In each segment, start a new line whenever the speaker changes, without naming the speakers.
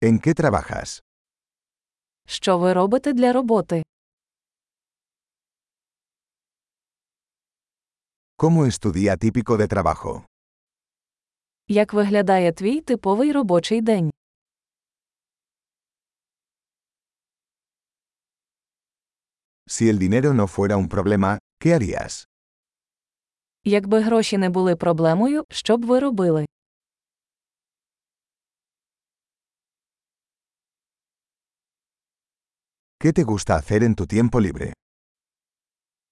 ¿En qué trabajas?
Що ви робите для роботи?
¿Cómo es tu día típico de trabajo?
Як виглядає твій типовий робочий день?
Si el dinero no fuera un problema, ¿qué harías?
Якби гроші не були проблемою, що б ви робили?
¿Qué te gusta hacer en tu tiempo libre?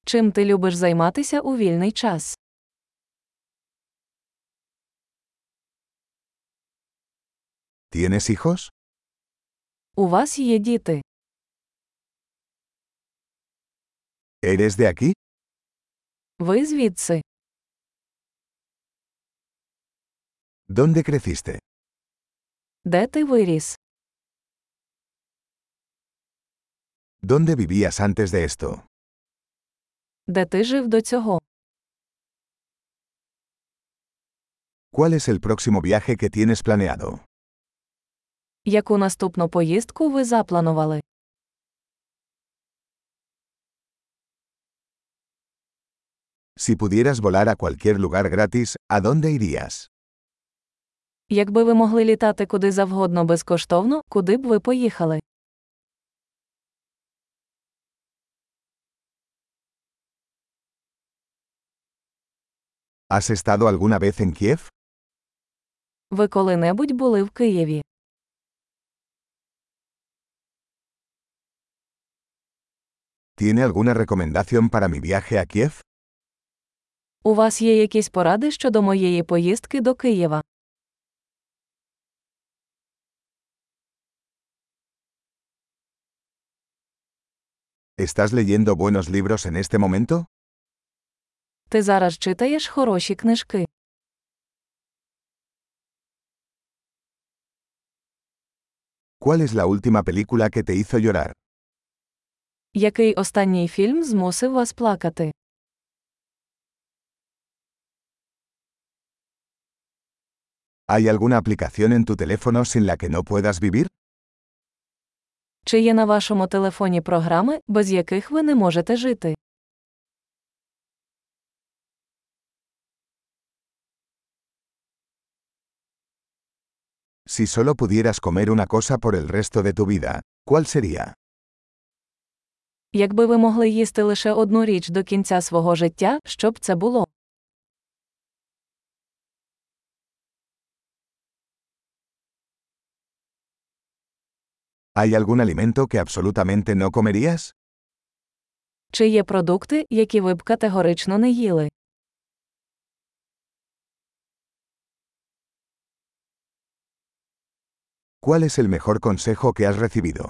Чим ти любиш займатися у вільний час?
¿Tienes hijos?
У вас є діти.
¿Eres de aquí?
Ви звідси?
¿Dónde creciste?
Де ти виріс?
¿Dónde vivías antes de esto?
Де ти жив до цього?
¿Cuál es el próximo viaje que tienes planeado?
Яку наступну поїздку ви запланували?
Si pudieras volar a cualquier lugar gratis, ¿a dónde irías?
Якби ви могли літати куди завгодно безкоштовно, куди б ви поїхали?
¿Has estado alguna vez en Kiev?
Ви коли-небудь були в Києві?
¿Tiene alguna recomendación para mi viaje a Kiev?
У вас є якісь поради щодо моєї поїздки до Києва?
¿Estás leyendo buenos libros en este momento?
Ти зараз читаєш хороші книжки.
¿Cuál es la última película que te hizo llorar?
Який останній фільм змусив вас плакати?
¿Hay alguna aplicación en tu teléfono sin la que no puedas vivir?
Чи є на вашому телефоні програми, без яких ви не можете жити?
Si solo pudieras comer una cosa por el resto de tu vida, ¿cuál sería?
Якби ви могли їсти лише одну річ до кінця свого життя, що б це було?
¿Hay algún alimento que absolutamente no comerías?
Чи є продукти, які ви б категорично не їли?
¿Cuál es el mejor consejo que has recibido?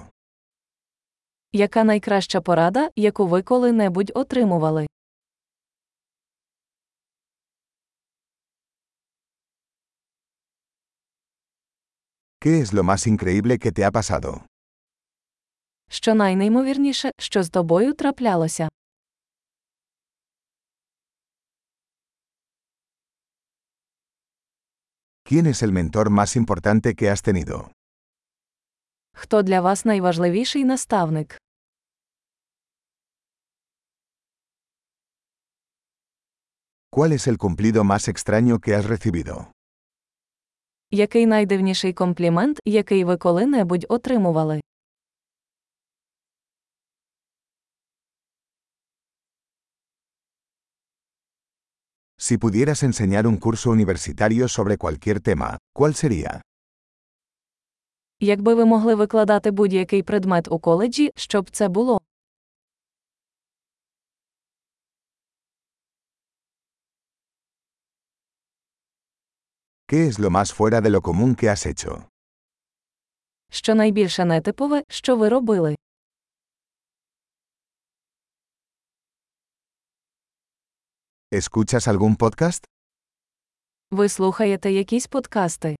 Яка найкраща порада, яку ви коли-небудь отримували?
¿Qué es lo más increíble que te ha pasado?
Що найнеймовірніше, що з тобою траплялося?
¿Quién es el mentor más importante que has tenido?
Хто для вас найважливіший наставник?
¿Cuál es el cumplido más extraño que has recibido?
Який найдивніший комплімент, який ви коли-небудь отримували?
Si pudieras enseñar un curso universitario sobre cualquier tema, ¿cuál sería?
Якби ви могли викладати будь-який предмет у коледжі, щоб це було?
¿Qué es lo más fuera de lo común que has hecho?
Що найбільше нетипове, що ви робили?
¿Escuchas algún podcast?
Ви слухаєте якісь подкасти?